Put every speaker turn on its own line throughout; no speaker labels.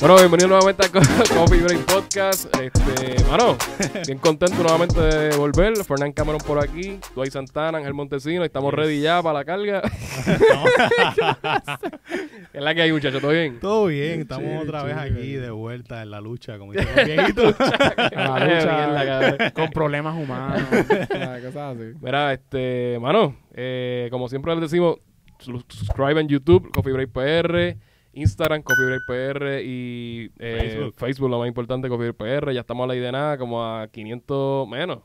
Bueno, bienvenido nuevamente a Co- Coffee Break Podcast. Este, mano, bien contento nuevamente de volver. Fernán Cameron por aquí, Dwight Santana, Ángel Montesino. Estamos ready ya para la carga. es la que hay, muchachos. ¿Todo bien?
Todo bien, estamos
chévere,
otra vez
chévere.
aquí de vuelta en la lucha, como dicen los viejitos.
A la lucha con problemas humanos. la cosa así.
Mira, este, mano, eh, como siempre les decimos, su- subscribe en YouTube, Coffee Break PR, Instagram, Coffee Break PR y eh, Facebook.
Facebook.
lo más importante, Coffee Break PR. Ya estamos a la idea de nada, como a 500 menos.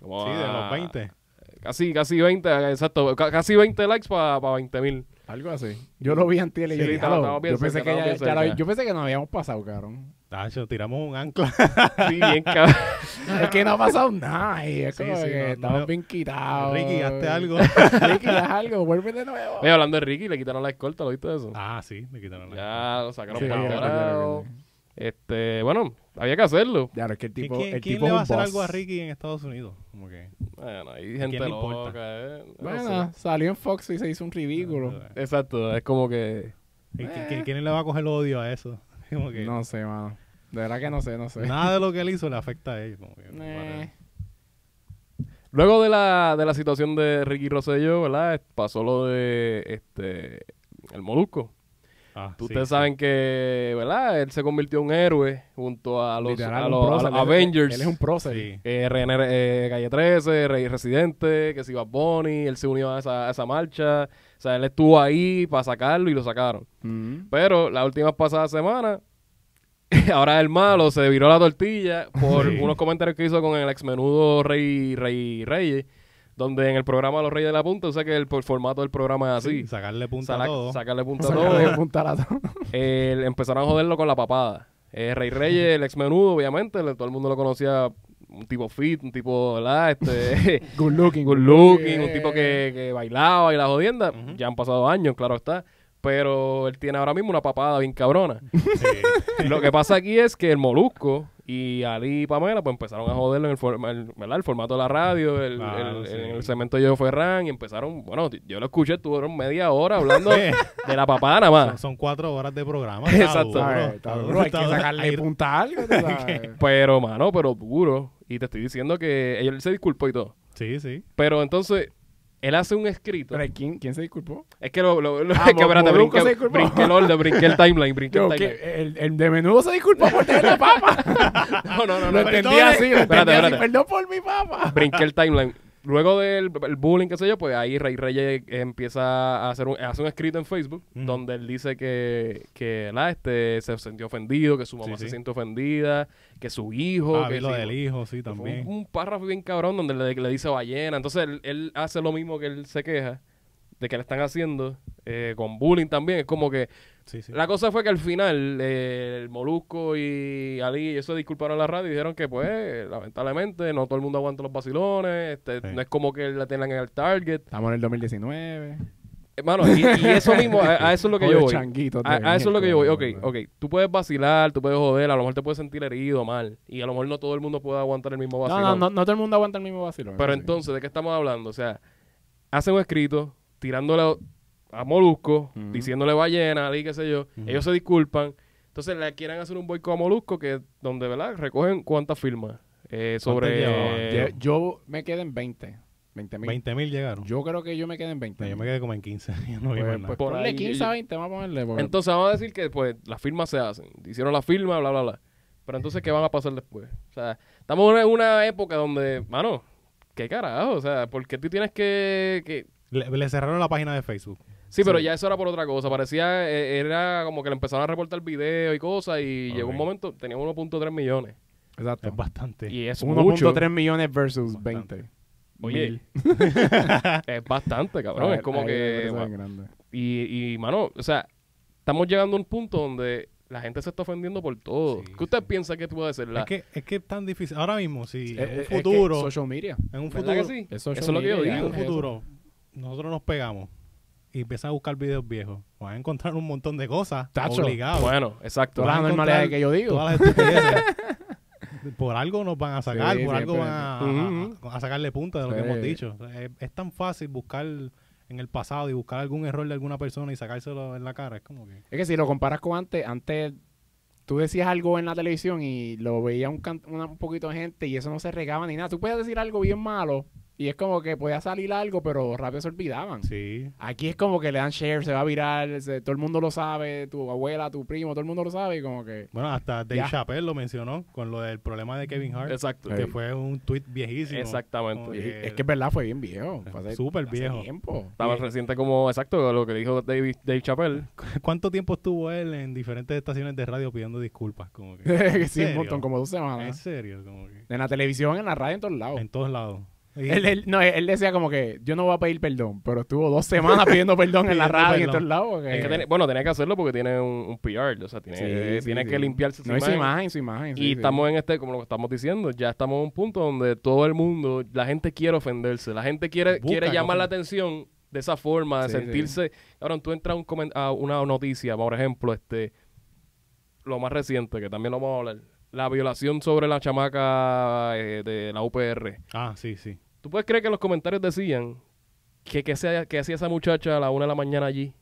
Como
sí, de
a-
los 20.
Casi, casi 20, exacto. ca- Casi 20 likes para 20 mil.
Algo así. Yo lo vi en tele y
Sí,
yo dije,
estamos-
"Halo".
estamos bien
yo pensé
cerca,
que ya,
estamos bien
ya lo-
cerca.
yo pensé que nos habíamos pasado, cabrón.
Tacho, tiramos un ancla.
Sí, bien cabrón.
es que no ha pasado nada. Y es
Sí,
como
sí,
que
no,
estamos
no.
bien quitados.
Ricky, hazte algo.
Ricky, haz algo. Vuelve de nuevo.
Oye, hablando de Ricky, le quitaron la escolta, ¿lo viste eso?
ah, sí, me quitaron la
Ya lo sacaron
Sí,
por
ya,
ahora.
ya, ya.
Este, bueno, había que hacerlo.
Ya, es que el
¿Qui-
tipo,
¿Quién,
el
quién
tipo
le
es
va
un
a hacer
boss.
algo a Ricky en Estados Unidos? Como que,
Bueno, hay gente
le importa?
loca, eh. No
Bueno, salió en Fox y se hizo un ridículo.
sé. Exacto, es como que.
¿Y qui- qui- ¿Quién le va a coger odio a eso? Como que
Eh. No sé, mano. De verdad que no sé, no sé.
Nada de lo que él hizo le afecta a ellos. como que,
Eh.
Luego de la, de la situación de Ricky Rosselló, ¿verdad? Pasó lo de este el Molusco.
Ah, sí,
Ustedes
sí.
saben que, ¿verdad? Él se convirtió en un héroe junto a los,
Literal,
a
un
los, a
prócer.
los
Él-
Avengers.
Él, es un prócer.
Sí.
Eh, René- eh, Calle 13, Rey Residente, que si Bad Bunny, él se unió a esa, a esa marcha. O sea, él estuvo ahí para sacarlo y lo sacaron.
Mm.
Pero las últimas pasadas semanas, ahora el malo se viró la tortilla por
Sí.
unos comentarios que hizo con el exmenudo Rey, Rey Reyes, donde en el programa Los Reyes de la Punta, o sea que el, por- formato del programa es así.
Sí, sacarle punta
Sala-
a todo.
sacarle punta a
Sacarle
todo.
punta a todo.
Eh, empezaron a joderlo con la papada. Eh, Rey Reyes, el exmenudo, obviamente, le- todo el mundo lo conocía, un tipo fit, un tipo, ¿verdad? Este,
Good looking.
good looking, un tipo que, que bailaba y la jodienda.
Ujú.
Ya han pasado años, claro está. Pero él tiene ahora mismo una papada bien cabrona.
Sí.
Lo que pasa aquí es que el Molusco y Ali y Pamela pues empezaron a joderlo en el, forma- el- ¿verdad? el formato de la radio, el, el-
Claro, Ah, sí.
en el segmento de Yo Ferran y empezaron, bueno, yo lo escuché, estuvieron media hora hablando
Sí.
de la papada nada
Eh, Son,
más.
son cuatro horas de programa.
Exacto.
duro,
Está duro, está duro. Hay que
está duro.
sacarle
Ahí-
punta a algo, tú sabes.
Pero, mano, pero duro. Y te estoy diciendo que él se disculpó y todo.
Sí, sí.
Pero entonces, él hace un escrito.
Pero ¿quién, quién se disculpó?
Es que lo, lo- lo-
Ah,
es que
Mo-
espérate,
Molusco
brinqué,
se disculpó.
brinqué el orden, brinqué el timeline, brinqué el
Yo,
timeline.
que el, el de menudo se disculpa por tener la papa.
No, no, no,
lo
no.
entendí así,
Espérate,
lo entendí así.
espérate.
Perdón por mi papa.
brinqué el timeline. Luego del el bullying, qué sé yo, pues ahí Rey Reyes empieza a hacer un, hace un escrito en Facebook
Mm.
donde él dice que, que ¿verdad? este, se sintió ofendido, que su mamá
Sí,
se
sí.
siente ofendida, que su hijo...
Ah,
que
vi lo
sí,
del hijo, sí,
fue un-
también.
Un, párrafo bien cabrón donde le, le dice ballena. Entonces él, él hace lo mismo que él se queja de que le están haciendo eh, con bullying también. Es como que
Sí, sí.
la cosa fue que al final eh, el Molusco y Ali y eso disculparon a la radio y dijeron que pues lamentablemente no todo el mundo aguanta los vacilones, este,
Sí.
no es como que la tengan en el target.
Estamos en el 2019.
Hermano, y, y eso mismo, a, a eso es lo que
Joder,
yo voy.
changuito,
A,
te
a eso es lo que yo voy. Ok,
dije,
ok, tú puedes vacilar, tú puedes joder, a lo mejor te puedes sentir herido mal y a lo mejor no todo el mundo puede aguantar el mismo
No,
vacilón.
no, no, no todo el mundo aguanta el mismo vacilón.
Pero
eso sí.
entonces, ¿de qué estamos hablando? O sea, hace un escrito tirándole a Molusco,
Ujú.
diciéndole ballena, ali, qué sé yo.
Ujú.
Ellos se disculpan. Entonces le quieren hacer un boicot a Molusco, que donde, ¿verdad? Recogen cuántas firmas eh, sobre...
llevaban?
Yo, yo me quedé en 20. 20 mil.
20 mil llegaron.
Yo creo que yo me quedé en 20.
No, yo me quedé como en 15. Yo no vi más
pues, pues
nada.
Por
ponle
ahí,
15
yo-
a 20, vamos a ponerle. porque-
Entonces vamos a decir que pues las firmas se hacen. Hicieron la firma, bla, bla, bla. Pero entonces, ¿qué van a pasar después? O sea, estamos en una, una época donde, mano, ¿qué carajo? O sea, ¿por qué tú tienes que- que,
Le, le cerraron la página de Facebook.
Sí, pero
Sí.
ya eso era por otra cosa. Parecía, eh, era como que le empezaron a reportar video y cosas y
Ok.
llegó un momento, tenía 1.3 millones.
Exacto.
Es bastante.
Y es mucho.
1.3 millones versus
Bastante.
20.
Oye,
mil.
es bastante, cabrón.
Ahí-
es como
ahí
que...
me parece
ma-
bien grande.
Y, y, mano, o sea, estamos llegando a un punto donde la gente se está ofendiendo por todo.
Sí,
¿Qué usted piensa que puede ser la...
Es que, es que es tan difícil. Ahora mismo, si en
Eh, Es-
un
es- es que
futuro,
Social media.
en un
¿Verdad
futuro,
que sí? Eso,
Eso yo
es lo que yo
diría,
en
digo.
un futuro, nosotros nos pegamos y empiezas a buscar videos viejos, vas a encontrar un montón de cosas
Tacho.
obligados.
Bueno, exacto.
Todas las
Van a
normalidades
encontrar
que yo digo.
Todas las estupideces. por algo nos van a sacar,
Sí,
por algo
siempre.
van a,
Ujú.
a- a sacarle punta de lo
Sí.
que hemos dicho. O sea, Es, es tan fácil buscar en el pasado y buscar algún error de alguna persona y sacárselo en la cara. Es como que.
Es que si lo comparas con antes, antes tú decías algo en la televisión y lo veía un, can- una- un poquito de gente y eso no se regaba ni nada. Tú podías decir algo bien malo y es como que podía salir algo, pero rápido se olvidaban.
Sí.
Aquí es como que le dan share, se va a virar, se- todo el mundo lo sabe, tu abuela, tu primo, todo el mundo lo sabe y como que...
Bueno, hasta Dave
Ya.
Chappelle lo mencionó con lo del problema de Kevin Hart,
Exacto.
que fue un tweet viejísimo.
Exactamente.
Como
Es que es verdad, fue bien viejo. fue hace-
Súper
hace
viejo.
tiempo.
Estaba reciente como, exacto, lo que dijo David, Dave Chappelle.
¿Cuánto tiempo estuvo él en diferentes estaciones de radio pidiendo disculpas? Como que, ¿en
sí, un
serio?
montón, como dos
En
semanas.
serio, como que,
En la televisión, en la radio, en todos lados.
en todos lados. Y-
Él, él- no, él decía como que yo no voy a pedir perdón, pero estuvo dos semanas pidiendo perdón en la
Pidiendo
radio y en
perdón.
todos lados. porque-
Es que tiene- bueno, tenía que hacerlo porque tiene un, un PR, o sea, tiene,
Eh. Sí,
eh,
sí,
tiene
sí.
que limpiarse su
No, y su
imagen.
imagen, su imagen. sí,
Y
sí.
estamos en este, como lo que estamos diciendo, ya estamos en un punto donde todo el mundo, la gente quiere ofenderse, la gente quiere,
Busca
quiere
que
llamar la
ofenda.
atención de esa forma, de
Sí, sí.
sentirse. Ahora, tú entras a, un comen- a una noticia, por ejemplo, este lo más reciente, que también lo vamos a hablar, la violación sobre la chamaca eh, de la UPR.
Ah, sí, sí.
¿Tú puedes creer que en los comentarios decían que, que, sea, que hacía esa muchacha a la una de la mañana allí?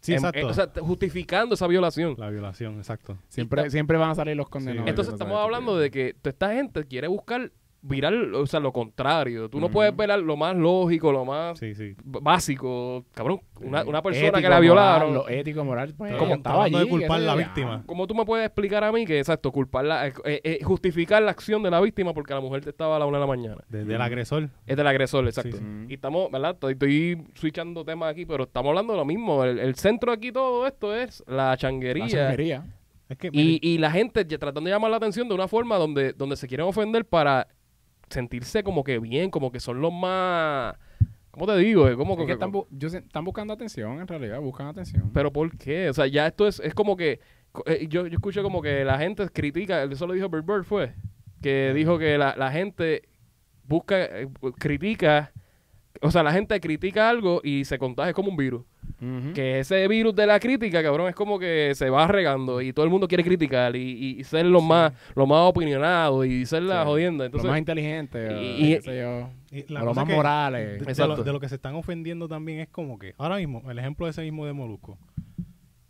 Sí,
En-
exacto.
eh, o sea, justificando esa violación.
la violación, exacto.
Siempre, siempre van a salir los condenados.
Sí.
Entonces estamos hablando de que toda esta gente quiere buscar virar, o sea, lo contrario. Tú no
Ujú.
puedes ver a lo más lógico, lo más
Sí, sí.
b- básico. Cabrón, una, una persona
Ético,
que la
moral,
violaron.
lo ético, moral. Pues,
Como
ella estaba allí.
tratando de culpar
qué sé
la
yo, ya.
víctima.
¿Cómo tú me puedes explicar a mí que, exacto, culpar la- eh, eh, justificar la acción de la víctima porque la mujer te estaba a la una de la mañana?
De- del agresor.
Es del agresor, exacto.
Sí,
sí.
Y estamos, ¿verdad? Estoy, estoy switchando temas aquí, pero estamos hablando de lo mismo. El, el centro de aquí todo esto es la
La
changuería.
changuería.
Es que,
Y,
mira,
y la gente ya tratando de llamar la atención de una forma donde, donde se quieren ofender para sentirse como que bien, como que son los más... ¿Cómo te digo? Eh, Como
Es que
que-
están, bu- yo sé- están buscando atención, en realidad, buscan atención.
Pero ¿por qué? O sea, ya esto es, es como que... co- eh, Yo, yo escucho como que la gente critica, eso lo dijo Bert Bird, fue, que dijo que la, la gente busca, eh, critica, o sea, la gente critica algo y se contagia es como un virus.
Ujú.
Que ese virus de la crítica, cabrón, es como que se va regando y todo el mundo quiere criticar y, y- y ser los más, los más opinionados y ser la
Sí.
jodienda.
lo más
Entonces,
inteligente, o
y-
qué sé yo,
y la
o lo
cosa
más
que-
morales.
de- de,
Exacto.
lo, de lo que se están ofendiendo también es como que, ahora mismo, el ejemplo ese mismo de Molusco.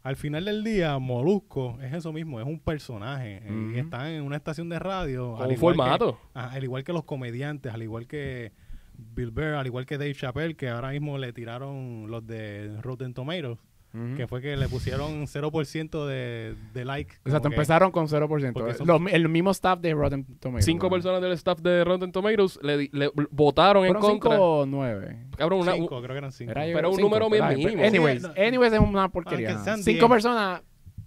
Al final del día, Molusco es eso mismo, es un personaje. eh,
Ujú.
Y están en una estación de radio.
Con
al
un
igual
formato.
que- ajá, al igual que los comediantes, al igual que Bill Burr, al igual que Dave Chappelle, que ahora mismo le tiraron los de Rotten Tomatoes,
Ujú.
que fue que le pusieron 0% de, de like.
O sea,
como
te
que-
empezaron con 0%.
Porque eso-
Eh, Los- el mismo staff de Rotten Tomatoes.
cinco
¿no?
personas del staff de Rotten Tomatoes le, di- le votaron en
Fueron
contra.
5 o 9.
Cabrón, una,
cinco, creo que eran cinco.
Era yo-
Pero un número bien mínimo.
Anyways,
Sí, no.
anyways es una porquería.
Aunque sean
Cinco
diez.
personas,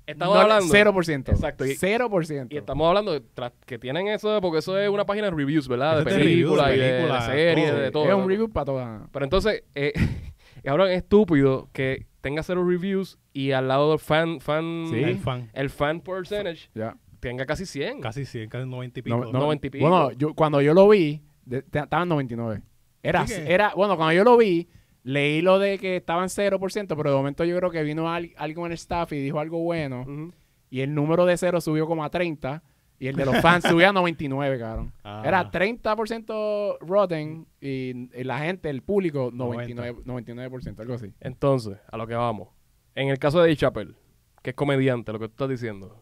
estamos
no-
hablando...
0%.
Exacto, y-
0%.
Y estamos hablando de tras- que tienen eso, porque eso es una página de reviews, ¿verdad? De
Eso es de reviews,
películas, y de,
películas,
series,
todo.
de todo.
es un review para todas.
Pero entonces, eh, cabrón, es estúpido que tenga cero reviews y al lado del fan, fan
Sí.
El fan.
el fan percentage
Ya.
tenga casi 100.
Casi 100, casi 90 y pico.
No, no-
90 y pico.
Bueno, yo, cuando yo lo vi, de- te- estaban 99. Era,
¿Sí que?
era, bueno, cuando yo lo vi, leí lo de que estaban 0%, pero de momento yo creo que vino al- algo en el staff y dijo algo bueno.
Ujú.
Y el número de 0 subió como a 30. Y el de los fans subió a 99, cabrón.
Ah.
Era 30% Rotten y, y la gente, el público, 99, 99%, algo así.
Entonces, a lo que vamos. En el caso de Dave Chappelle, que es comediante, lo que tú estás diciendo.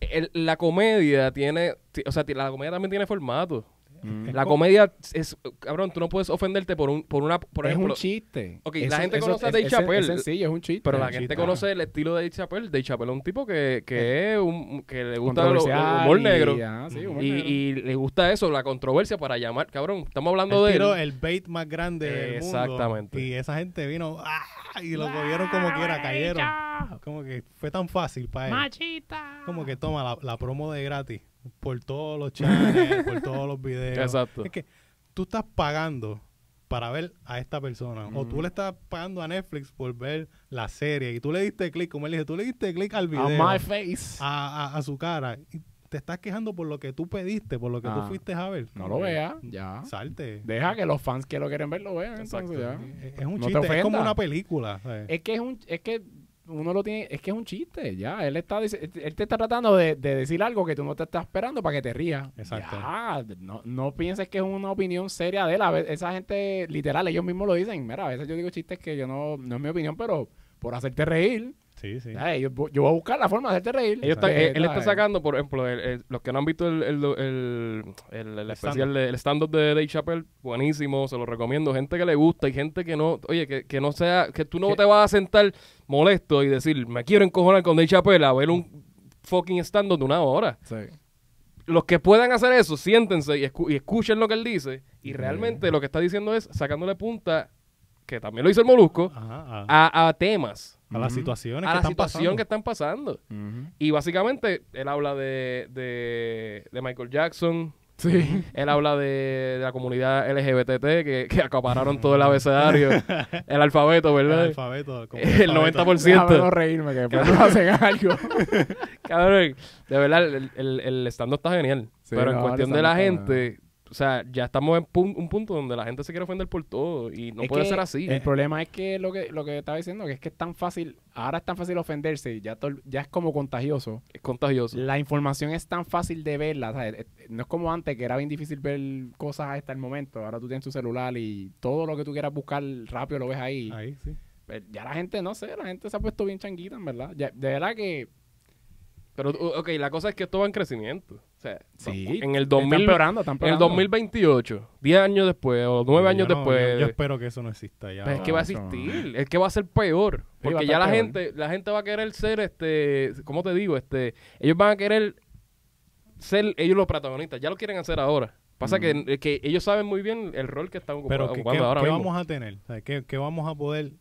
el- la comedia tiene, ti- o sea, ti- la comedia también tiene formato.
Mm.
Es
La
como-
comedia es, cabrón, tú no puedes ofenderte por un, por una, por
es
ejemplo,
un chiste.
ok,
Eso-
la gente
eso-
conoce a
es-
Dave
es-
Chappelle.
Es sencillo, es un chiste.
Pero la
Sí,
gente
claro.
conoce el estilo de Dave Chappelle. Dave Chappelle es un tipo que, que, es un- que le gusta lo- el
Controversial
humor negro.
y- ajá, sí, humor
Y,
negro.
y le gusta eso, la controversia para llamar. Cabrón, estamos hablando
El,
de.
tiro,
él.
el bait más grande del mundo.
Exactamente.
Y esa gente vino ¡ah! y lo cogieron como quiera, cayeron. Como que fue tan fácil para él. Como que toma la, la promo de gratis por todos los channels, por todos los videos.
Exacto.
Es que tú estás pagando para ver a esta persona. O tú le estás pagando a Netflix por ver la serie. Y tú le diste clic, como él dice, tú le diste clic al video. Ah.
On my face.
a, a- a su cara. Y te estás quejando por lo que tú pediste, por lo que tú
Ah.
fuiste a ver.
no
Como
lo
que
veas, ya.
Salte. Eh,
Deja que los fans que lo quieren ver lo vean. entonces, ya.
Es es un
No te
chiste, es como
ofendas.
una película. Eh, ¿sabes?
Eh,
Es que es un, es que uno lo tiene, es que es un chiste, ya. Él está, dic- él te está tratando de, de decir algo que tú no te estás esperando para que te rías.
Exacto.
Ya, no, no pienses que es una opinión seria de él. A ve- esa gente, literal, ellos mismos lo dicen. Mira, a veces yo digo chistes que yo no, no es mi opinión, pero por hacerte reír,
Sí, sí.
Ay, yo, yo voy a buscar la forma de hacerte reír.
Ellos están-
¿sabes?
eh, él, él está
¿sabes?
sacando, por ejemplo, el- el- los que no han visto el, el, el, el- el especial, de- el stand-up de Dave Chappelle, buenísimo, se lo recomiendo. Gente que le gusta y gente que no, oye, que, que no sea, que tú no
Que-
te vas a sentar molesto y decir, me quiero encojonar con Dave Chappelle a ver un fucking stand-up de una hora.
Sí.
Los que puedan hacer eso, siéntense y, escu- y escuchen lo que él dice. Y realmente lo que está diciendo es sacándole punta, que también lo hizo el Molusco,
Ajá, a,
a, a temas,
a las situaciones
Ah, a
que
la
están
situación
pasando.
que están pasando.
Ujú.
Y básicamente él habla de, de, de Michael Jackson,
Sí.
él habla de, de la comunidad LGBT que, que acapararon todo el abecedario, el alfabeto,
El
¿verdad?
alfabeto. como
El
alfabeto.
90%.
Déjame no reírme, que después nos hacen algo.
Cabrón, de verdad, el, el, el stand-up está genial.
Sí,
pero en
no, el
cuestión de la
stand-up está-
gente, o sea, ya estamos en pun- un punto donde la gente se quiere ofender por todo y no
Es
puede
que eh,
ser así.
El problema es que lo que lo que estaba diciendo, que es que es tan fácil, ahora es tan fácil ofenderse, y ya, tol- ya es como contagioso.
Es contagioso.
La información es tan fácil de verla, ¿sabes? Eh, eh, no es como antes que era bien difícil ver cosas hasta el momento. Ahora tú tienes tu celular y todo lo que tú quieras buscar rápido lo ves ahí.
Ahí, sí.
Eh, Ya la gente, no sé, la gente se ha puesto bien changuita, en verdad. Ya- de verdad que
Pero, o- ok, la cosa es que esto va en crecimiento. O sea,
Sí,
en el
están
2000,
empeorando, están
en el
empeorando.
2028, 10 años después o 9
Yo
años
no-
después.
Yo, yo espero que eso no exista ya.
Pero Pues es que
Ah,
va a
eso no.
existir, es que va a ser peor,
va a
porque
estar
ya la
peor.
gente, la gente va a querer ser, este, ¿cómo te digo? Este, ellos van a querer ser ellos los protagonistas, ya lo quieren hacer ahora. Pasa que, que ellos saben muy bien el rol que están ocupa-
Pero ¿qué,
ocupando
qué-
ahora
qué
mismo.
vamos a tener? O sea, ¿qué, qué vamos a poder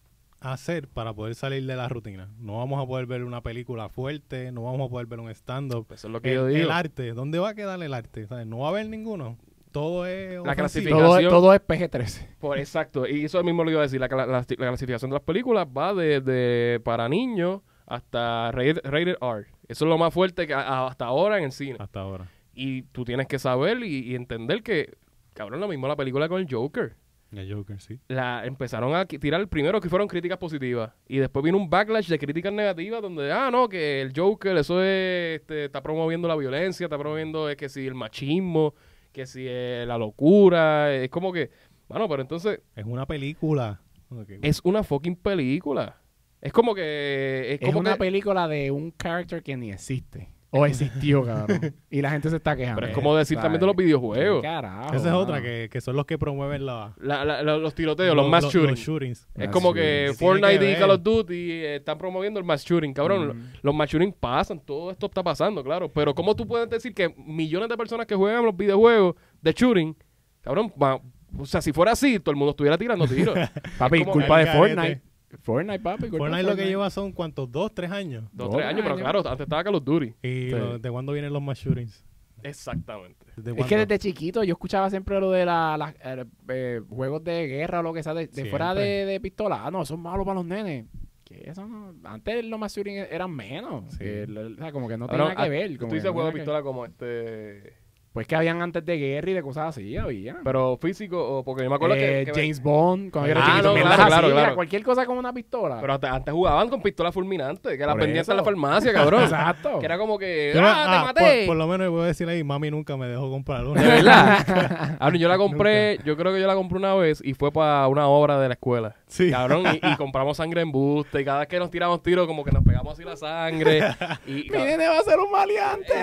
hacer para poder salir de la rutina? No vamos a poder ver una película fuerte, no vamos a poder ver un stand-up.
Pues Eso es lo que
el,
yo digo.
el arte, ¿dónde va a quedar el arte? O sea, No va a haber ninguno. Todo es ofensivo.
clasificación.
todo, todo es PG-13.
Por, exacto, y eso mismo lo iba a decir, la, cla- la- la clasificación de las películas va desde para niños hasta rated, rated R. Eso es lo más fuerte que a- a- hasta ahora en el cine.
Hasta ahora.
Y tú tienes que saber y, y entender que, cabrón, lo mismo la película con el Joker.
El Joker, sí.
la empezaron a qui- tirar primero que fueron críticas positivas y después vino un backlash de críticas negativas donde ah no que el Joker eso es, este, está promoviendo la violencia está promoviendo eh, que si el machismo que si eh, la locura es como que bueno pero entonces
Es una película. Ok.
es una fucking película es como que es
Es
como
una
que-
película de un character que ni existe. O existió, cabrón. Y la gente se está quejando.
pero es como decir también de los videojuegos
videojuegos. Carajo,
Esa es otra
mano.
que, que son los que promueven la,
La- la- la- los tiroteos los, mass shootings
shootings.
Es
Mass
como que
shooting.
Sí, tiene
Fortnite
que
y
ver.
Call of Duty eh, están promoviendo el mass shooting, cabrón.
Ujú.
Los mass shooting pasan, todo esto está pasando, claro. Pero ¿cómo tú puedes decir que millones de personas que juegan los videojuegos de shooting, cabrón, va- o sea, si fuera así, todo el mundo estuviera tirando tiros.
Papi,
Es como-
culpa de
El carete.
Fortnite. Fortnite, papi. culpa de
Fortnite lo que lleva son, ¿cuántos? ¿Dos, tres años?
Dos,
Dos
tres años, pero
años.
claro, antes estaba Call of Duty.
¿Y
Sí.
lo- de cuándo vienen los mass shootings?
Exactamente.
¿Desde
Es
cuándo?
que desde chiquito yo escuchaba siempre lo de la- las eh, eh, juegos de guerra o lo que sea, de, de fuera de, de pistola. Ah, no, eso es malo para los nenes. Que eso no- Antes los más shooting eran menos.
Sí.
Que lo- o sea, como que no
Cabrón,
tenía que
ah,
ver.
Tú
como que
dices
no
juego de
tenía que-
pistola como este...
Pues que habían antes de guerra y de cosas así, había.
Pero físico, o porque yo me acuerdo que...
Eh,
que-
James Bond, cuando yo era
Ah,
chiquito,
no,
mierdas
claro, claro,
así, mira,
claro.
cualquier cosa con una pistola.
Pero hasta- antes jugaban con pistola fulminante, que la
Por
pendían en la
eso.
farmacia, cabrón.
Exacto.
Que era como que...
Yo no- ah,
¡Ah, te
por,
maté!
por lo menos voy a decir ahí, mami nunca me dejó comprar
De
una.
verdad. Ahora, Ah, yo la compré, yo creo que yo la compré una vez y fue para una obra de la escuela.
Sí.
Cabrón, y, y compramos sangre en busta y cada vez que nos tiramos tiros como que nos pegamos así la sangre. Y,
Mi
cabrón,
nene va a ser un maleante.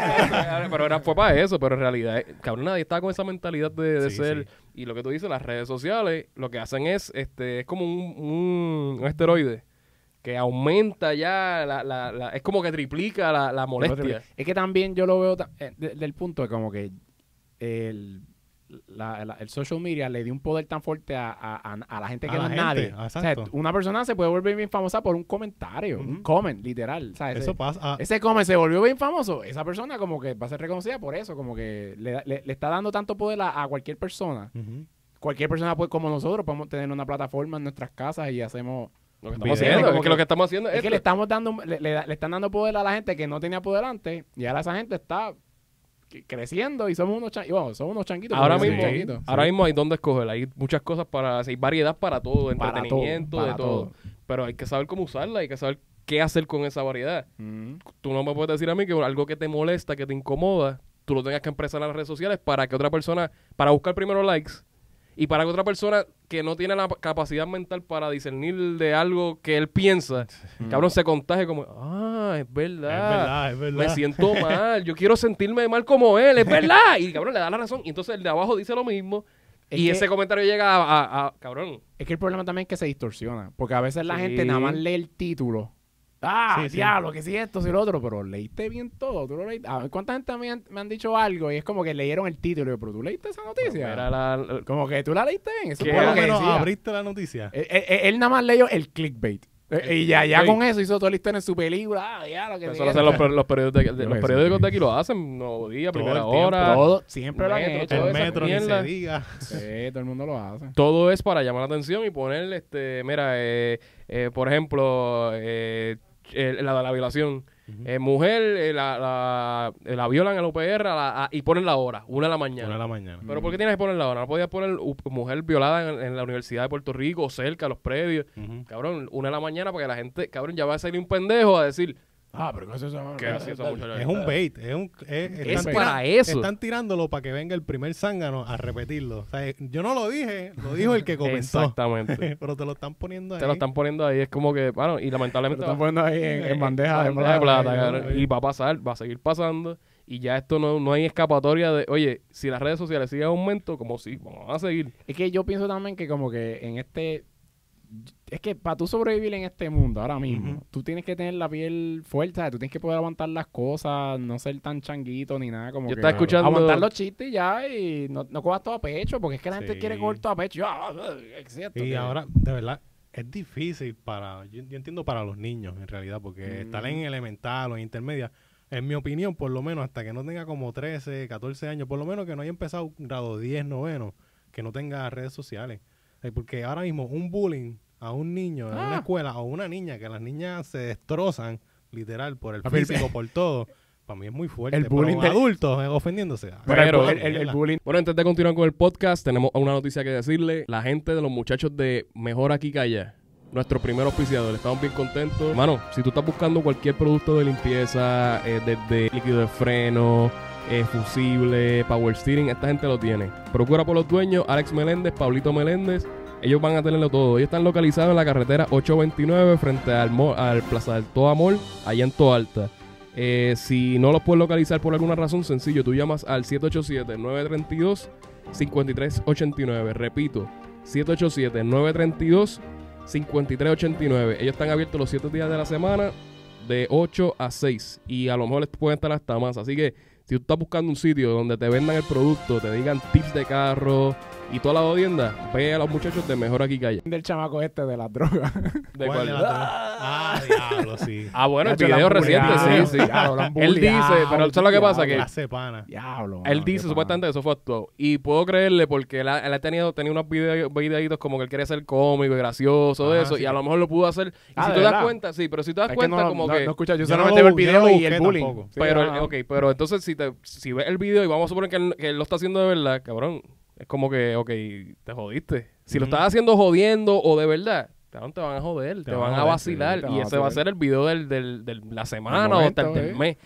pero era, fue para eso, pero en realidad, eh, cabrón, nadie está con esa mentalidad de, de
Sí,
ser.
sí.
Y lo que tú dices, las redes sociales lo que hacen es, este, es como un, un- un esteroide que aumenta ya, la, la- la- es como que triplica la, la molestia.
Es que también yo lo veo ta- eh, de- del punto de como que el, la- la- el social media le dio un poder tan fuerte a, a- a- a la gente que
A
no
la
es
gente,
nadie. O sea,
exacto.
una persona se puede volver bien famosa por un comentario, un comment, literal. O sea, ese-
Eso pasa. ah,
Ese come se volvió bien famoso. Esa persona como que va a ser reconocida por eso, como que le, da- le- le está dando tanto poder a, a cualquier persona.
ujú.
Cualquier persona pues, como nosotros podemos tener una plataforma en nuestras casas y hacemos...
Lo que
Video,
estamos haciendo,
como
es que
que-
lo que estamos haciendo
Es que
esto.
le estamos dando, le, le da- le están dando poder a la gente que no tenía poder antes y ahora esa gente está cre- creciendo y somos unos changuitos. Bueno, somos unos changuitos.
Ahora
porque somos
mismo,
changuitos.
ahora mismo hay donde escoger, hay muchas cosas para, hay variedad para todo,
Para
entretenimiento,
todo,
de
para
todo.
todo.
Pero hay que saber cómo usarla, hay que saber qué hacer con esa variedad.
Mm.
Tú no me puedes decir a mí que algo que te molesta, que te incomoda, tú lo tengas que expresar en las redes sociales para que otra persona, para buscar primero likes y para que otra persona que no tiene la capacidad mental para discernir de algo que él piensa, cabrón, se contagie como, ah, es verdad.
verdad, es verdad.
Ah, Me siento mal, yo quiero sentirme mal como él, es verdad. Y cabrón, le da la razón. Y entonces el de abajo dice lo mismo.
Es
y
que-
ese comentario llega a, a- a- cabrón.
Es que el problema también es que se distorsiona. Porque a veces la
Sí.
gente nada más lee el título. Ah,
Sí, sí.
diablo, que si esto, si lo otro. Pero leíste bien todo. ¿Tú lo leíste? A ver, ¿Cuánta gente me han, me han dicho algo y es como que leyeron el título? Y yo, pero tú leíste esa noticia.
ah.
Era la- la-
Como que tú la leíste bien. Eso
Que
fue
Por
era
lo
lo
que
menos
decía.
abriste la noticia.
Él, él- él nada más leyó el clickbait. Eh, Y ya, ya
Sí.
con eso hizo todo el historia en su película. Ah, diablo, que
Eso
si
lo
esto.
hacen los, per- los periódicos de, de-
Yo
los
eso,
periódicos de
sí.
aquí lo hacen, Nuevo Día,
Todo el
Primera
tiempo.
Hora.
Todo, siempre lo han
Metro,
hecho.
toda
El
esa
metro, ni
mierda.
se diga.
Sí, todo el mundo lo hace.
Todo es para llamar la atención y poner, este, mira, eh, eh, por ejemplo, eh, eh, la de la violación. Eh, mujer, eh, la, la, eh, la violan al UPR a la- a- y ponen la hora, una de la mañana.
Una de la mañana.
Pero
Mm.
¿por qué tienes que poner la hora? No podías poner u- mujer violada en, en la Universidad de Puerto Rico, o cerca, los predios.
Ujú.
Cabrón, una de la mañana para que la gente, cabrón, ya va a salir un pendejo a decir,
Ah, pero ¿qué es eso?
¿qué hace esa muchacha?
Es un bait. Es, un, es,
Es
están
para
tira-
eso.
Están tirándolo para que venga el primer zángano a repetirlo. O sea, eh, yo no lo dije, lo dijo el que comenzó.
Exactamente.
Pero te lo están poniendo ahí.
Te lo están poniendo ahí, es como que, bueno, y lamentablemente...
están
va-
poniendo ahí en, en Eh, bandeja de
bandeja de
plata,
plata,
cabrón.
cabrón. Y va a pasar, va a seguir pasando. Y ya esto no, no hay escapatoria de, oye, si las redes sociales siguen en aumento, como si, vamos a seguir.
Es que yo pienso también que como que en este... Es que para tú sobrevivir en este mundo ahora mismo,
Ujú.
tú tienes que tener la piel fuerte, ¿sabes? tú tienes que poder aguantar las cosas, no ser tan changuito ni nada como
Yo
que-
estaba escuchando-
Aguantar los chistes ya y no, no cojas todo a pecho, porque es que la gente
Sí.
quiere coger todo a pecho. Yo, ah, ah, es cierto
Y
que-
ahora, de verdad, es difícil para, yo, yo entiendo para los niños en realidad, porque
Mm.
estar en elemental o en intermedia, en mi opinión, por lo menos hasta que no tenga como 13, 14 años, por lo menos que no haya empezado grado 10, noveno, que no tenga redes sociales. Eh, Porque ahora mismo un bullying a un niño en
Ah.
una escuela o a una niña, que las niñas se destrozan literal por el
Papi, el-
físico, por todo, para mí es muy fuerte.
el
pero
bullying de-
adultos eh, ofendiéndose. ah,
Pero el-
Pero-
el, el- el bullying...
Bueno, antes de continuar con el podcast, tenemos una noticia que decirle. La gente de los muchachos de Mejor Aquí que Allá, nuestro primer auspiciador, estamos bien contentos. Mano, si tú estás buscando cualquier producto de limpieza, eh, desde líquido de freno, eh, fusible, power steering, esta gente lo tiene. Procura por los dueños, Alex Meléndez, Pablito Meléndez. Ellos van a tenerlo todo. Ellos están localizados en la carretera 829 frente al, mall- al Plaza del Todo Amor, allá en Toalta. Eh, si no los puedes localizar por alguna razón, sencillo, tú llamas al 787-932-5389. Repito, 787-932-5389. Ellos están abiertos los 7 días de la semana, de 8 a 6. Y a lo mejor les pueden estar hasta más. Así que si tú estás buscando un sitio donde te vendan el producto, te digan tips de carro y toda la jodienda, ve a los muchachos de Mejor Aquí Calla.
del chamaco este de las drogas.
¿cuál de las dos? Ah, diablo, sí.
Ah, bueno, el
Chacho, la Ah,
video
han
reciente,
bulleado,
sí, sí.
diablo, la han
Él dice,
bulleado,
pero ¿sabes lo que pasa?
diablo,
Que
Hace pana.
Diablo.
Él
mano, qué
dice
pana.
supuestamente que eso fue actuado. Y puedo creerle porque él ha, él ha tenido, tenía unos video- videitos como que él quería ser cómico y gracioso de
Ajá,
eso.
sí.
Y a lo mejor lo pudo hacer. Y
Ah,
si tú
¿de
te
verdad?
das cuenta, sí, pero si te das
Es que
cuenta,
no-
como
no-
que.
no escucha, yo
Yo
solamente
no lo
veo el
bu- yo no
video
lo
y el
busqué
bullying.
tampoco.
Sí,
pero,
ajá.
ok, pero entonces si, te, si ves el video y vamos a suponer que él, que él lo está haciendo de verdad, cabrón, es como que, ok, te jodiste. Si lo
Ujú.
estás haciendo jodiendo o de verdad. cabrón, Te van a joder, te, van, a
joder,
vacilar.
sí, te van
y
a
ese va a
vacilar.
ser el video de del, del- la semana o
momento,
hasta el del
eh.
mes.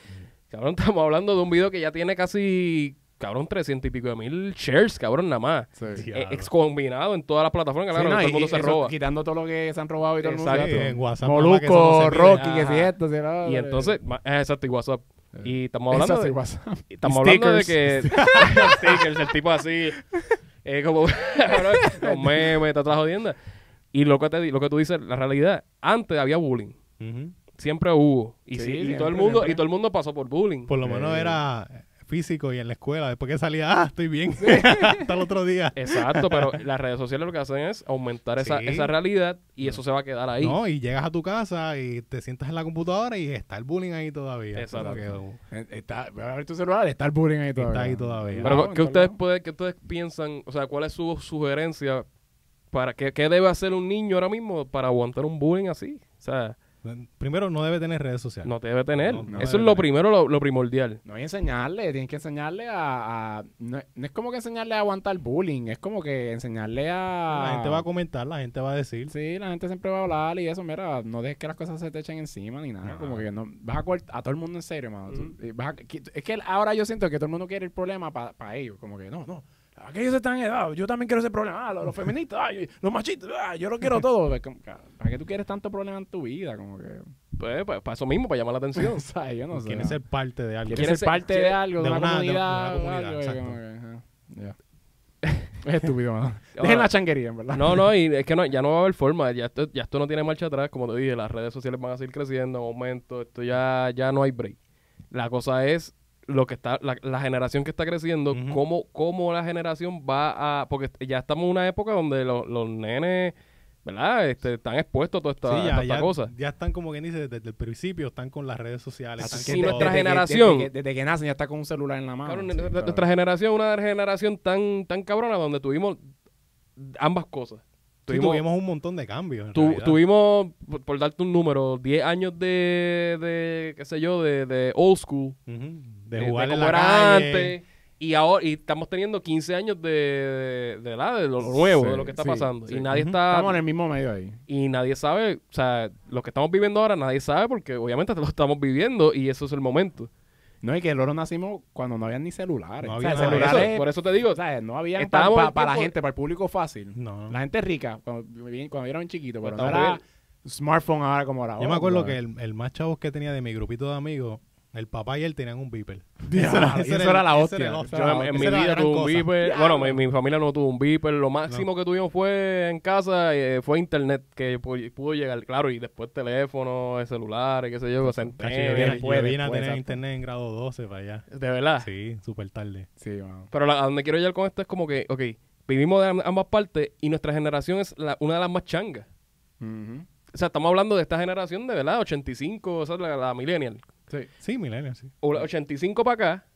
Cabrón, estamos hablando de un video que ya tiene casi, cabrón, 300 y pico de mil shares, cabrón, nada más.
Sí.
Eh, ex combinado en todas las plataformas, claro,
Sí, no,
todo
y-
el mundo
y
se
eso,
roba.
Quitando todo lo que se han robado y todo el mundo.
Exacto.
Sí, en WhatsApp, nada más que eso no
Molusco,
se mide.
Rocky, que si
Ajá.
esto, si lo
Y
otro.
entonces, ma- eh, exacto, y WhatsApp. Y estamos
Eso
hablando
sí,
de,
WhatsApp.
y estamos hablando de que
stickers.
stickers, el tipo así, eh, como cabrón, los memes, está toda la jodienda. Y lo que, te, di- lo que tú dices, la realidad, antes había bullying,
Ujú.
siempre hubo. Y,
Sí,
sí, y
siempre,
todo el mundo,
siempre.
y todo el mundo pasó por bullying.
Por lo menos era eh, físico y en la escuela. Después que salía, ah, estoy bien. Hasta el otro día.
Exacto, pero las redes sociales lo que hacen es aumentar esa,
Sí.
esa realidad y eso se va a quedar ahí.
No, y llegas a tu casa y te sientas en la computadora y está el bullying ahí todavía.
Exacto.
Como que,
Eh, Está, voy a ver tu celular, está el bullying ahí todavía.
Está ahí todavía.
Pero,
que
¿qué ustedes, pueden- qué ustedes piensan? O sea, ¿cuál es su sugerencia para qué, qué debe hacer un niño ahora mismo para aguantar un bullying así? O sea,
uh, Primero, no debe tener redes sociales.
no te debe tener.
No,
Eso
no debe
es lo
tener.
primero, lo, lo primordial.
No hay enseñarle, tienes que enseñarle a... a- no, no es como que enseñarle a aguantar bullying, es como que enseñarle a...
ah.
La gente va a comentar, la gente va a decir.
Sí, la gente siempre va a hablar y eso, mira, no dejes que las cosas se te echen encima ni nada.
No.
Como que no, vas a cortar a todo el mundo en serio, mano. Tú- eh, vas a- que- es que ahora yo siento que todo el mundo quiere el problema para ellos. Como que no, no. aquellos están en edad, yo también quiero ese problema, ah, los, los feministas, ah, yo- los machistas, ah, yo lo quiero todo. Es como, cara, ¿Para qué tú quieres tanto problema en tu vida? Como que,
Pues, para eso mismo, para llamar la atención.
o sea, yo no sé.
Quieren
¿no?
ser parte de algo.
Quieres ser
ser-
parte
quiere-
de algo, de,
de
una,
una- de- de una
comunidad.
comunidad,
algo, y
exacto.
como que, ajá, ya. Es estúpido, mano. Dejen la changuería, en verdad.
No, no, y es que no, ya no va a haber forma, ya esto, ya esto no tiene marcha atrás, como te dije, las redes sociales van a seguir creciendo, en aumento, esto ya, ya no hay break. La cosa es lo que está, la, la generación que está creciendo,
Ujú.
cómo, cómo la generación va a, porque ya estamos en una época donde lo- los nenes, ¿verdad? Este, están expuestos a toda esta,
Sí,
a toda
ya,
esta
ya,
cosa.
ya están como quien dice, desde el principio están con las redes sociales.
Así
Están
que
con
no
todo.
nuestra traje-
que-
generación.
Desde que, desde que nacen ya está con un celular en la
Ah,
mano.
Cabrón,
Sí,
nuestra-
cabrón.
nuestra generación, una generación tan, tan cabrona donde tuvimos ambas cosas.
Sí, tuvimos, un montón de cambios. en
Tu-
realidad.
tuvimos, por, por darte un número, 10 años de, de, qué sé yo, de, de old school.
Ujú. De jugar en
cómo
la
era
calle.
antes. Y ahora y estamos teniendo 15 años de, de, de la- de lo nuevo,
Sí,
de lo que está
sí,
pasando.
sí.
Y nadie
Ujú.
está...
Estamos en el mismo medio ahí.
Y nadie sabe, o sea, lo que estamos viviendo ahora nadie sabe porque obviamente lo estamos viviendo y eso es el momento.
No, y que nosotros nacimos cuando no había ni celulares.
No
O sea,
había nada.
Por
celulares.
eso, por eso te digo,
o sea, no había para
Estábamos en
la
tiempo-
gente, para el público fácil.
No.
La gente rica, cuando, vi- cuando yo era bien chiquito, pero no
estamos
era smartphone ahora como ahora.
Yo me acuerdo que el, el más chavo que tenía de mi grupito de amigos, el papá y él tenían un beeper.
eso era la
ese
hostia.
el
Eso
Yo
Oscar.
era
en,
la-
en
esa
mi
era la
vida
gran
tuve un
cosa.
beeper. Bueno, mi, mi familia no tuvo un beeper. Lo máximo que tuvimos fue en casa eh, fue internet que pu- pudo llegar, claro, y después teléfono, eh, celulares, qué sé yo,
Cacho,
centenas.
yo vine, yo
después,
vine a
después,
tener
exacto.
internet en grado 12 para allá.
De verdad.
Sí, súper tarde.
Sí, mano.
Pero la- a donde quiero llegar con esto es como que, ok, vivimos de am- ambas partes y nuestra generación es la- una de las más changas.
Ujú.
O sea, estamos hablando de esta generación de verdad, 85, esa es la, la millennial.
Sí, milenios, sí.
O la 85 para acá,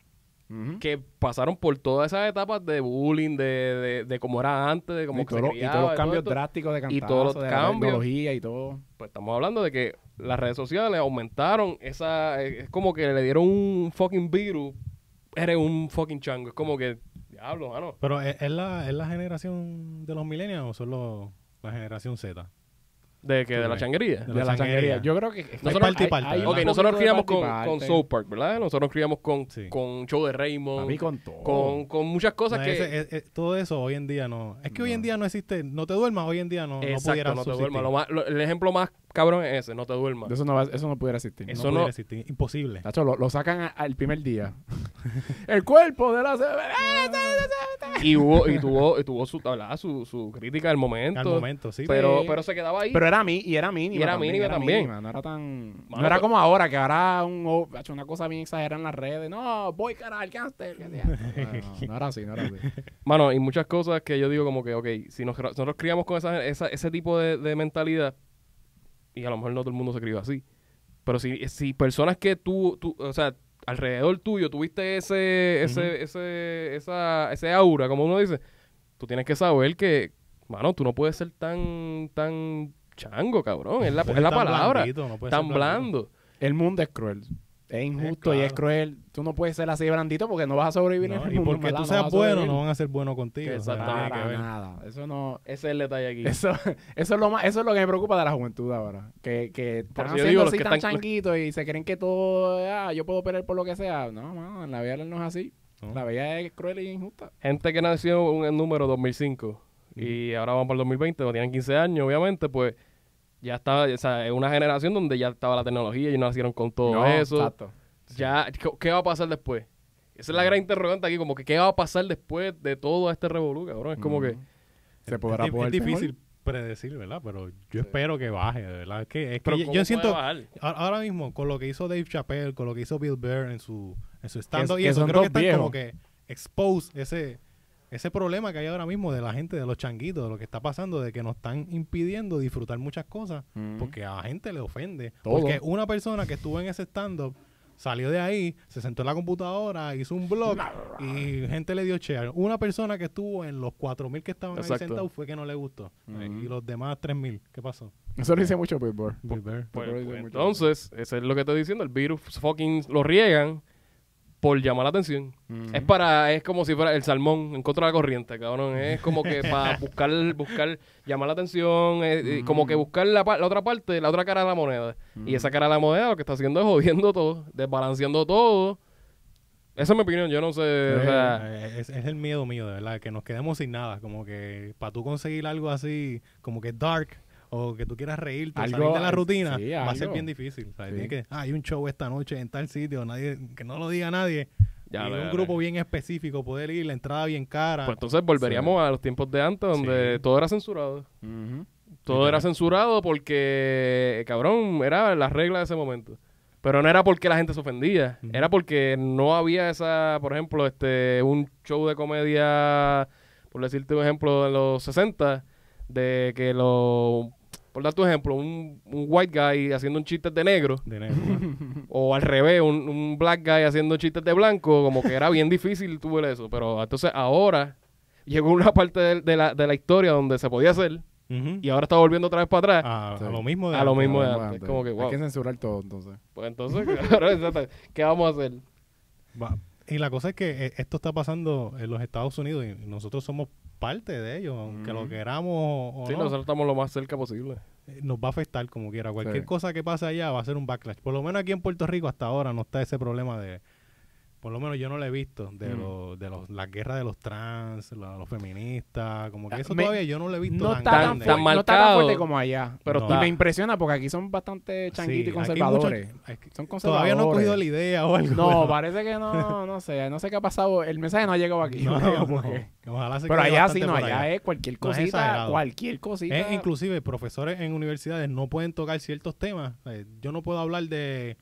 Ujú.
que pasaron por todas esas etapas de bullying, de, de, de cómo era antes, de cómo
y, todo lo- y
criaba,
todos los
de todo
cambios
esto.
drásticos de cantazo,
todos los
de la
cambios.
tecnología y todo.
pues estamos hablando de que las redes sociales aumentaron esa eh, es como que le dieron un fucking virus eres un fucking chango es como que diablo mano
Pero e, ¿es, es la, ¿es la generación de los millennials o son los, la generación Z?
de que de la changuería
De
De
la
la
changuería.
changuería. Yo creo que... es que
Nosotros-
parte y parte, ¿verdad?
ok
un
nosotros nos
poquito de
criamos
parte y
con,
parte.
con South Park ¿verdad? nosotros criamos con,
Sí.
con show de Raymond
Papi, con todo.
con, con muchas cosas
No,
que
ese- es- es- todo eso hoy en día no. Es que hoy en día no existe. No te duermas, hoy en día no, no
exacto
pudiera
no, te
subsistir.
duermas Lo más- lo- el ejemplo más cabrón es ese no te duermas
Eso no, va- eso no pudiera existir.
Eso
no,
no-
pudiera existir. Imposible.
Tacho, lo, lo sacan a- al primer día. el cuerpo de la...
y hubo y tuvo y tuvo su, ¿verdad? su, su crítica al momento,
Al momento, sí.
pero
Sí.
pero se quedaba ahí
Pero era mí y era mínima.
Y era
también,
mínima también.
no era tan.
Mano,
no era
pero-
como ahora, que ahora un, o- ha hecho una cosa bien exagerada en las redes. No, voy cara al cáncer. que sea. No, no, no era así, no era así.
Mano, y muchas cosas que yo digo como que, ok, si nos- nosotros criamos con esa, esa- ese tipo de, de mentalidad, y a lo mejor no todo el mundo se crió así, pero si, si personas que tú, tú, o sea, alrededor tuyo tuviste ese, ese,
Ujú.
ese, esa, ese aura, como uno dice, tú tienes que saber que, mano, tú no puedes ser tan, tan chango, cabrón, es la,
Puede
es la
ser tan
palabra,
blandito, no puede
tan
ser blandito.
blando.
El mundo es cruel. Es injusto y es
claro.
cruel. Tú no puedes ser así blandito porque no vas a sobrevivir en
No,
el
y
mundo.
porque
¿verdad?
tú
No
seas
vas a
bueno,
sobrevivir.
no van a ser buenos contigo. o sea,
Exactamente.
tiene que
Para
ver.
nada. Eso no.
Ese es el detalle aquí.
Eso, eso es lo más, eso es lo que me preocupa de la juventud ahora. Que, que están
eso yo
haciendo
digo, los
así
que
tan
están- los-
changuitos y se creen que todo, ah, yo puedo pelear por lo que sea. No, mano, en la vida real no es así.
No.
La vida es cruel e injusta.
gente que nació en el número 2005 y ahora van para el 2020, o tienen 15 años, obviamente, pues ya estaba, o sea, es una generación donde ya estaba la tecnología y nacieron con todo
No,
eso.
Exacto.
Ya, ¿qué, qué va a pasar después? Esa es la gran interrogante aquí, como que qué va a pasar después de todo este revolú, cabrón. Es como que...
Mm. se
Es-
podrá
es, di-
poder
es difícil predecir, ¿verdad? Pero yo espero que baje, de verdad. Es que, es que
pero
yo-
¿cómo
yo
puede
siento,
bajar?
a- ahora mismo, con lo que hizo Dave Chappelle, con lo que hizo Bill Burr en su, en su stand-up
Que-
y
que
eso,
son
creo que
dos
están como
viejos.
que expose ese, ese problema que hay ahora mismo de la gente, de los changuitos, de lo que está pasando, de que nos están impidiendo disfrutar muchas cosas
Mm.
porque a la gente le ofende.
Todo.
Porque una persona que estuvo en ese stand-up salió de ahí, se sentó en la computadora, hizo un blog y gente le dio share. Una persona que estuvo en los 4.000 que estaban ahí
Exacto.
sentados fue que no le gustó.
Ujú.
Y los demás 3.000, ¿qué pasó?
Eso lo dice mucho Billboard.
Bill Burr.
Pues,
Porque
pues,
hay mucho-
entonces, eso es lo que estoy diciendo, el virus fucking lo riegan por llamar la atención.
Ujú.
Es para, es como si fuera el salmón en contra de la corriente, cabrón. Es como que para buscar, buscar, llamar la atención, eh, eh, como que buscar la, pa- la otra parte, la otra cara de la moneda. Y esa cara de la moneda lo que está haciendo es jodiendo todo, desbalanceando todo. Esa es mi opinión, yo no sé. o sea,
Eh, es, es el miedo mío, de verdad, que nos quedemos sin nada. Como que para tú conseguir algo así, como que dark, o que tú quieras reírte, o
Algo-
salir de la
al-
rutina,
sí,
va a ser
algo.
bien difícil. ¿sabes?
Sí.
Tienes que, "Ah, hay un show esta noche en tal sitio, nadie que no lo diga nadie.
ya
y
lo- ya
un
lo-
grupo bien específico, poder ir, la entrada bien cara.
Pues entonces volveríamos a los tiempos de antes donde
Sí.
todo era censurado.
Ujú.
Todo era censurado porque, cabrón, era la regla de ese momento. Pero no era porque la gente se ofendía.
Ujú.
Era porque no había esa, por ejemplo, este un show de comedia, por decirte un ejemplo, en los 60, de que lo... Por dar tu ejemplo, un, un white guy haciendo un chiste de negro,
de negro.
o al revés, un, un black guy haciendo chistes de blanco, como que era bien difícil tú ver eso. Pero entonces ahora llegó una parte de, de la, de la historia donde se podía hacer,
Ujú.
y ahora está volviendo otra vez para atrás.
a, a
Sí.
lo mismo de
A lo
antes.
mismo de
Vamos
antes,
adelante.
como que, wow.
Hay que censurar todo, entonces.
Pues entonces, claro, exacto. ¿qué vamos a hacer?
Va- Y la cosa es que eh, esto está pasando en los Estados Unidos y nosotros somos parte de ello, aunque lo
Ujú.
queramos o, o
Sí,
no,
nosotros estamos lo más cerca posible.
eh, nos va a afectar como quiera. Cualquier
Sí.
cosa que pase allá va a ser un backlash. Por lo menos aquí en Puerto Rico hasta ahora no está ese problema de, por lo menos yo no lo he visto, de,
Mm.
los, de los, la guerra de los trans, la- los feministas, como que
Ah,
eso
me-
todavía yo no lo he visto
No
tan
está tan,
grande.
tan
fuerte- no está tan
marcado.
fuerte como allá.
Pero
No.
Y
está.
me impresiona porque aquí son bastante changuitos
Sí, aquí
y
hay
conservadores.
mucho- es que
Son
Todavía no he cogido
conservadores.
la idea o algo.
No,
pero-
parece que no, no sé, no sé qué ha pasado. El mensaje no ha llegado aquí.
No,
creo,
no.
porque-
Ojalá se
Pero
quede
allá sí,
bastante
no,
por
allá es cualquier
No es
cosita,
exagerado.
cualquier cosita.
Eh, inclusive, profesores en universidades no pueden tocar ciertos temas. Eh, yo no puedo hablar de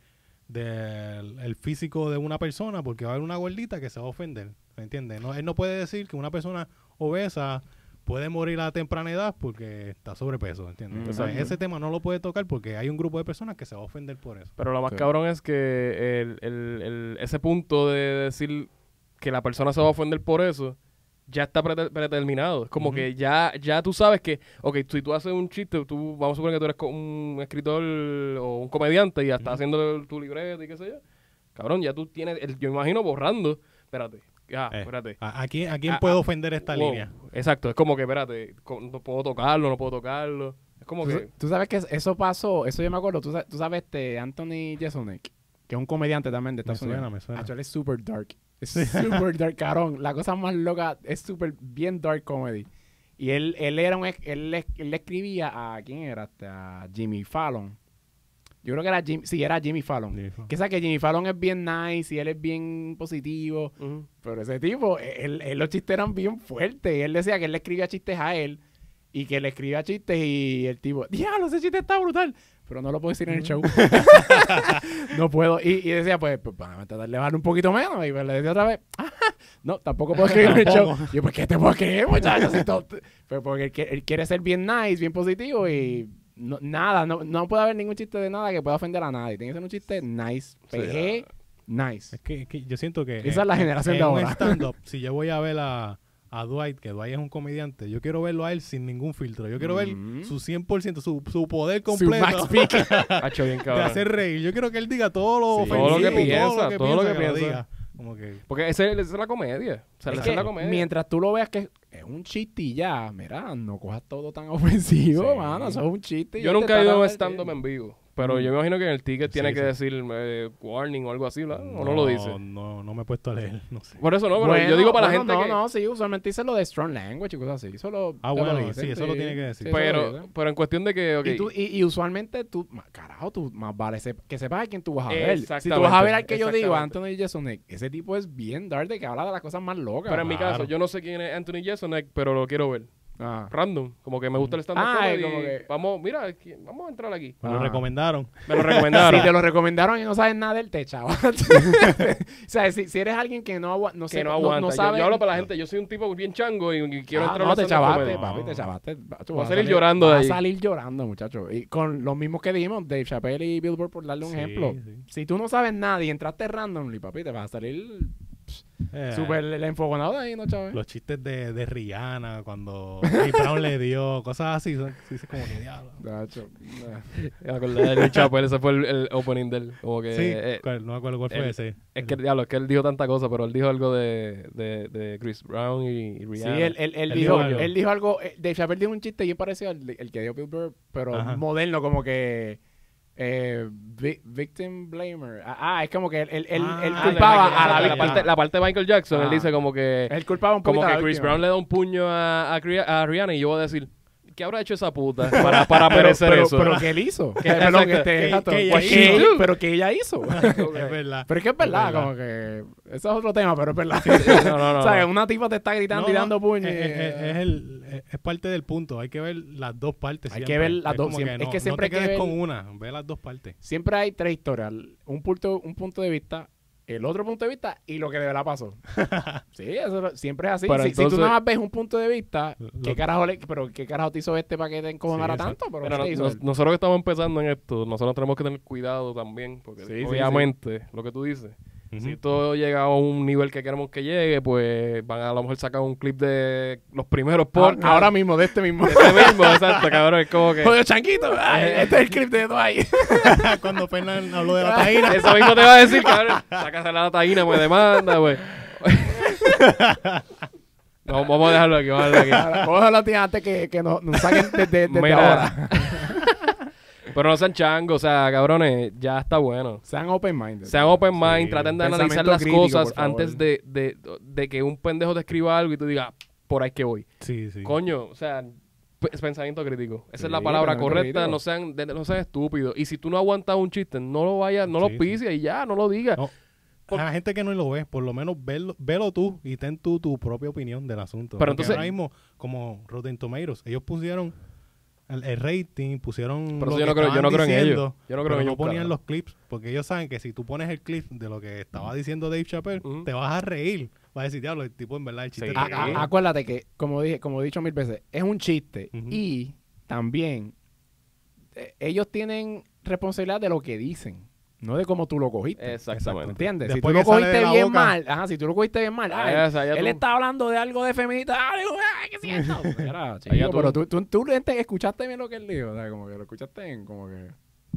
del el físico de una persona porque va a haber una gordita que se va a ofender. ¿Me entiendes? No, él no puede decir que una persona obesa puede morir a temprana edad porque está sobrepeso. ¿entiendes?
Mm,
O sea,
exacto.
ese tema no lo puede tocar porque hay un grupo de personas que se va a ofender por eso.
Pero lo más
Sí.
cabrón es que el- el- el- ese punto de decir que la persona se va a ofender por eso ya está prete- predeterminado. Es como
Ujú.
que ya, ya tú sabes que, ok, si tú haces un chiste, tú, vamos a suponer que tú eres co- un escritor o un comediante y ya estás
Ujú.
haciendo el- tu libreto y qué sé yo. Cabrón, ya tú tienes, el- yo imagino borrando. Espérate, ya,
Ah,
Eh,
espérate.
¿A, a quién, a quién
Ah,
puede
ah,
ofender esta
Wow.
línea?
Exacto, es como que, espérate, co- no puedo tocarlo, no puedo tocarlo. Es como
Tú,
que...
tú sabes que eso pasó, eso yo me acuerdo, tú, sa- tú sabes este Anthony Jeselnik, que es un comediante también de
Me
Estados
suena,
Unidos.
me suena.
Actual es super dark. Es super dark, carón. La cosa más loca es super bien dark comedy. Y él, él era un, es- él, le- él le escribía a quién era, Este, a Jimmy Fallon. Yo creo que era Jimmy, sí, era Jimmy Fallon. Que sabe que Jimmy Fallon es bien nice y él es bien positivo.
ujú.
Pero ese tipo, e, él, él- los chistes eran bien fuertes. Él decía que él le escribía chistes a él y que le escribía chistes y el tipo, diablo, ese chiste está brutal. Pero no lo puedo decir en el show. no puedo. Y, y decía, pues, pues van a tratar de bajar un poquito menos. Y pues, le decía otra vez, "Ah, no, tampoco puedo escribir en el show.
Tampoco.
Y yo, pues, ¿qué te puedo escribir, muchachos? Si todo- pues, porque él, qui- él quiere ser bien nice, bien positivo y no- nada, no, no puede haber ningún chiste de nada que pueda ofender a nadie. Tiene que ser un chiste nice,
Sí,
PG, nice.
Es que, es que yo siento que.
Esa es la generación
en
de
un
ahora.
stand-up, si yo voy a ver a, a Dwight, que Dwight es un comediante, yo quiero verlo a él sin ningún filtro. Yo quiero
Mm.
ver su 100%, su, su poder
Su
completo
Max Peak.
Hacho, bien
de
cabrón.
hacer reír. Yo quiero que él diga todo lo
Sí.
ofensivo,
Todo lo que
piensa, todo lo que
lo
piensa.
diga. Como que.
Porque ese- esa es la comedia. O sea,
Es
esa es
que
la comedia.
mientras tú lo veas que es un chiste y ya, mira, no cojas todo tan ofensivo,
Sí.
mano, eso es un chiste. y
Yo
te
nunca he
estás
ido a un
dando-
stand-up en vivo. Pero
Mm.
yo me imagino que en el ticket
Sí,
tiene que
sí.
decir eh, warning o algo así, ¿verdad? O no lo dice.
No, no me he puesto a leer, no sé.
Por eso no, pero
Bueno,
yo digo para la
bueno,
gente
no,
que...
no, sí, usualmente dice lo de strong language y cosas así. Eso lo,
Ah,
te lo
bueno,
dicen,
sí, eso lo tiene que decir.
sí, eso lo
Pero,
dicen.
pero en cuestión de que... ok,
Y, tú- y- y usualmente tú, ma- carajo, tú más vale sep- que sepas a quién tú vas a ver. Si tú
Exactamente,
vas a ver al que yo digo,
exactamente.
Anthony Jeselnik, ese tipo es bien dark de que habla de las cosas más locas.
pero en mi
Claro.
caso, yo no sé quién es Anthony Jeselnik, pero lo quiero ver.
Ah.
Random. Como que me gusta el stand-up
Ah,
comedy.
como que-
Vamos, mira, aquí- vamos a entrar aquí.
Me lo
Ah.
recomendaron.
Me lo recomendaron.
Si te lo recomendaron y no sabes nada del te chaval. o sea, si, si eres alguien que no, agua- no,
que
sé,
no aguanta.
no,
Yo-
sabe,
yo, hablo para la gente. Yo soy un tipo bien chango y, y quiero
Ah,
entrar a
no,
un
te
stand-up
chavaste,
comedy.
comedy.
papi,
No.
te chavaste. Tú
Vas a salir llorando de
vas
ahí.
a salir llorando, muchacho. Y con los mismos que dijimos, Dave Chappelle y Billboard, por darle un
Sí,
ejemplo.
sí.
Si tú no sabes nada y entraste randomly, papi, te vas a salir
Eh,
súper el enfogonado de ahí, ¿no, chaval?
Los chistes de, de Rihanna cuando Chris Brown le dio, cosas así. Son, sí, sí, como que diablo.
Chacho, eh. nah.
Me acordé de Luis Chappell, ese fue el, el opening de él. Como que,
sí,
eh,
cuál- no me acuerdo cuál fue
el-
ese.
Es que, diablo, es que él dijo tanta cosa, pero él dijo algo de, de, de Chris Brown y, y
Sí,
Rihanna.
él, él, él
Él
dijo,
dijo algo.
él dijo algo, eh, Dave Chappelle dijo un chiste bien parecido al de- el que dio Bill Burr, pero
Ajá.
moderno, como que eh, vi- victim blamer. Ah, ah, es como que él, él, él-
Ah,
él
de
culpaba
Michael
a la
Jackson,
la
víctima.
parte, la parte de Michael Jackson, él
Ah.
dice como que...
Él culpaba un poquito
Como
a
que
la
Chris
víctima.
Brown le da un puño a, a, Cri- a Rihanna y yo voy a decir, ¿qué habrá hecho esa puta para, para
pero,
merecer
pero-
eso?
pero que él hizo.
Que-
Eh, perdón,
exacto.
este,
Que-
exacto.
que ella
Pues
hizo.
que- pero que ella hizo.
Es verdad.
Pero es que es verdad,
Es verdad.
como que... Eso es otro tema, pero es verdad.
no, no, Eh, no.
O sea, una tipa te está gritando y
No,
dando
no,
puños. eh,
Es, es- es el- es- es parte del punto. Hay que ver las dos partes.
Hay que
siempre.
ver las
Es
dos
como
siempre.
no,
Es que
no
siempre hay
te
que
quedes
ver-
con una. Ve las dos partes.
Siempre hay tres historias. Un punto, un punto de vista, el otro punto de vista y lo que de verdad pasó. sí, eso lo- siempre es así.
Pero
si, si
entonces-
tú nada más ves un punto de vista, ¿qué
Lo-
carajo, le- pero, ¿qué carajo te hizo este para que te encojonara
Sí,
tanto? Pero,
Pero
¿qué
no-
te hizo
nos-
él?
nosotros que estamos empezando en esto, nosotros tenemos que tener cuidado también, porque
Sí, sí,
obviamente, lo que tú dices,
Ujú.
si todo llega a un nivel que queremos que llegue, pues van a, a lo mejor sacar un clip de los primeros
Ah,
podcasts.
Ahora mismo, de este mismo.
Ese mismo, exacto, cabrón, es como que...
Joder, chanquito. ay, este es el clip de Dwight.
Cuando Fernan habló de la taína.
Eso mismo te va a decir, cabrón. Sácase la taína, me demanda, güey. No, vamos a dejarlo aquí, vamos a dejarlo aquí.
Vamos a la tía antes que, que nos, nos saquen desde, desde
Mira.
Este ahora.
Pero no sean changos, o sea, cabrones, ya está bueno.
Sean open minded.
Sean open mind,
Sí.
traten de
Pensamiento
analizar las
crítico,
cosas
por favor.
antes de, de, de que un pendejo te escriba algo y tú digas, "Ah, por ahí que voy.
Sí, sí.
Coño, o sea, p- pensamiento crítico. Esa es la
Sí,
palabra
pensamiento
correcta,
crítico.
no sean, de- no sean estúpidos. Y si tú no aguantas un chiste, no lo vayas, no
Sí,
lo
sí.
pises y ya, no lo digas.
No, a la gente que no lo ve, por lo menos velo, velo tú y ten tú tu propia opinión del asunto.
Pero
Porque
entonces-
ahora mismo, como Rotten Tomatoes, ellos pusieron el, el rating, pusieron.
Pero
lo
eso yo no
que
creo- yo
estaban
no creo en ellos.
diciendo,
Yo no creo
pero
en ellos,
no ponían
carajo.
los clips, porque ellos saben que si tú pones el clip de lo que estaba diciendo Dave Chappelle,
Ujú.
te vas a reír. Vas a decir, diablo, el tipo en verdad el chiste
Sí.
está
Ah,
cabrón".
ah, ah,
acuérdate que, como dije, como he dicho mil veces, es un chiste.
Ujú.
Y también eh, ellos tienen responsabilidad de lo que dicen, no de cómo tú lo cogiste.
Exactamente.
¿Entiendes?
Después
si
que
tú lo
sale de
cogiste
la
bien
boca.
mal, ajá, si tú lo cogiste bien mal, ah,
Ahí
él-
es, ahí ya
él
tú.
está hablando de algo de feminista, ah, digo, ah, ¿qué siento? Mira, chico,
Ahí ya tú.
pero tú, tú, tú ente- escuchaste bien lo que él dijo, o sea, como que lo escuchaste en, como que...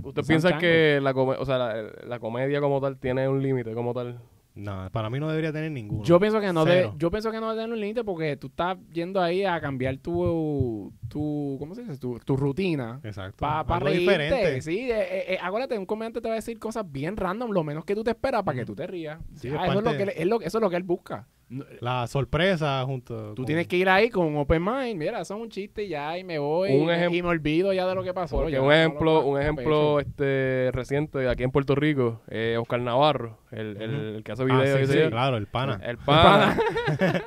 ¿Usted
Sean
piensa
changos.
que la, come- o sea, la, la comedia como tal tiene un límite como tal?
No, para mí no debería tener ninguno.
Yo pienso que no debe,
Cero.
yo pienso que no debe tener un límite porque tú estás yendo ahí a cambiar tu, tu ¿cómo se dice? Tu, tu rutina.
Exacto.
Para pa
Algo
reírte.
diferente.
Sí, eh, eh, eh, acuérdate, un comediante te va a decir cosas bien random, lo menos que tú te esperas para que tú te rías.
Sí,
Ya,
es
eso, es lo
parte
que,
de-
él- es lo- eso es lo que él busca. No,
La sorpresa junto.
Tú tienes que ir ahí con un open mind. Mira, eso es un chiste y ya, y me voy.
Un
y, me-
ejem-
y me olvido ya de lo que pasó.
Porque
ya,
un
no lo Ah, pues,
ejemplo,
pa-
un
pa-
ejemplo este reciente aquí en Puerto Rico, eh, Oscar Navarro, el, el- el que hace
Ah,
videos,
sí,
qué sé
sí,
yo. Eh,
claro, el pana.
El pana.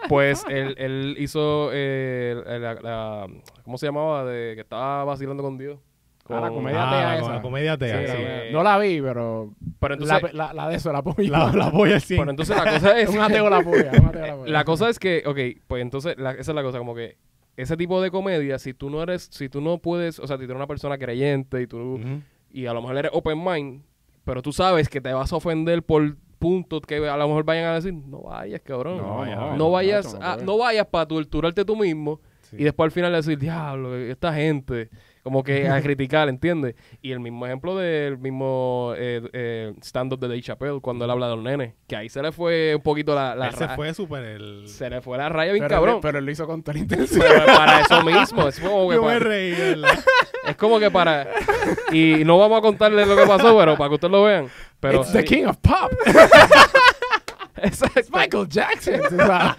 pues él, él hizo eh, el- la, la- ¿cómo se llamaba? de que estaba vacilando con Dios.
Ah, la
Con-
comedia.
Ah,
tea
la-
esa.
la comedia tea,
este, Sí,
sí.
la-
No la vi, pero
Pero entonces,
la, la- la de eso, la polla.
La, la voy al cien.
pero entonces la cosa es
un ateo la polla. un ateo la polla.
La cosa es que, ok, pues entonces, la- esa es la cosa, como que ese tipo de comedia, si tú no eres, si tú no puedes, o sea, si tú eres una persona creyente y tú,
Ujú.
y a lo mejor eres open mind, pero tú sabes que te vas a ofender por puntos que a lo mejor vayan a decir, no vayas, cabrón.
No,
No,
vaya, vaya,
vayas,
muchacho, no
a-
puedes.
no vayas para torturarte tú mismo
Sí.
y después al final decir, diablo, esta gente, como que a criticar, ¿entiendes? Y el mismo ejemplo del mismo eh, eh, stand-up de Dave Chappelle cuando él habla de los nenes, que ahí se le fue un poquito la, la
Él se
ra-
fue súper el...
se le fue la raya bien
pero,
cabrón.
Pero él lo hizo con toda la intención.
Pero para eso mismo. Es como que
Yo me
para,
reí, ¿verdad?
es como que para. Y no vamos a contarles lo que pasó, pero para que ustedes lo vean. Pero.
It's the king of pop.
Exacto.
It's Michael Jackson. O sea,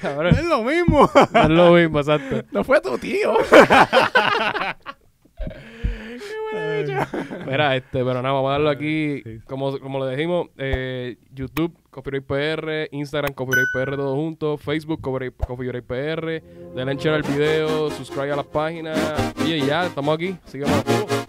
Cabrón.
es lo mismo.
No es lo mismo, exacto.
no fue tu tío.
Mira, este, pero nada, vamos a darlo aquí.
Sí.
Como, como lo dijimos, eh, YouTube, Copyright PR, Instagram, Copyright PR, todo junto, Facebook, Copyright, Copyright PR, denle share al video, subscribe a las páginas. Oye, ya, estamos aquí. Sigamos.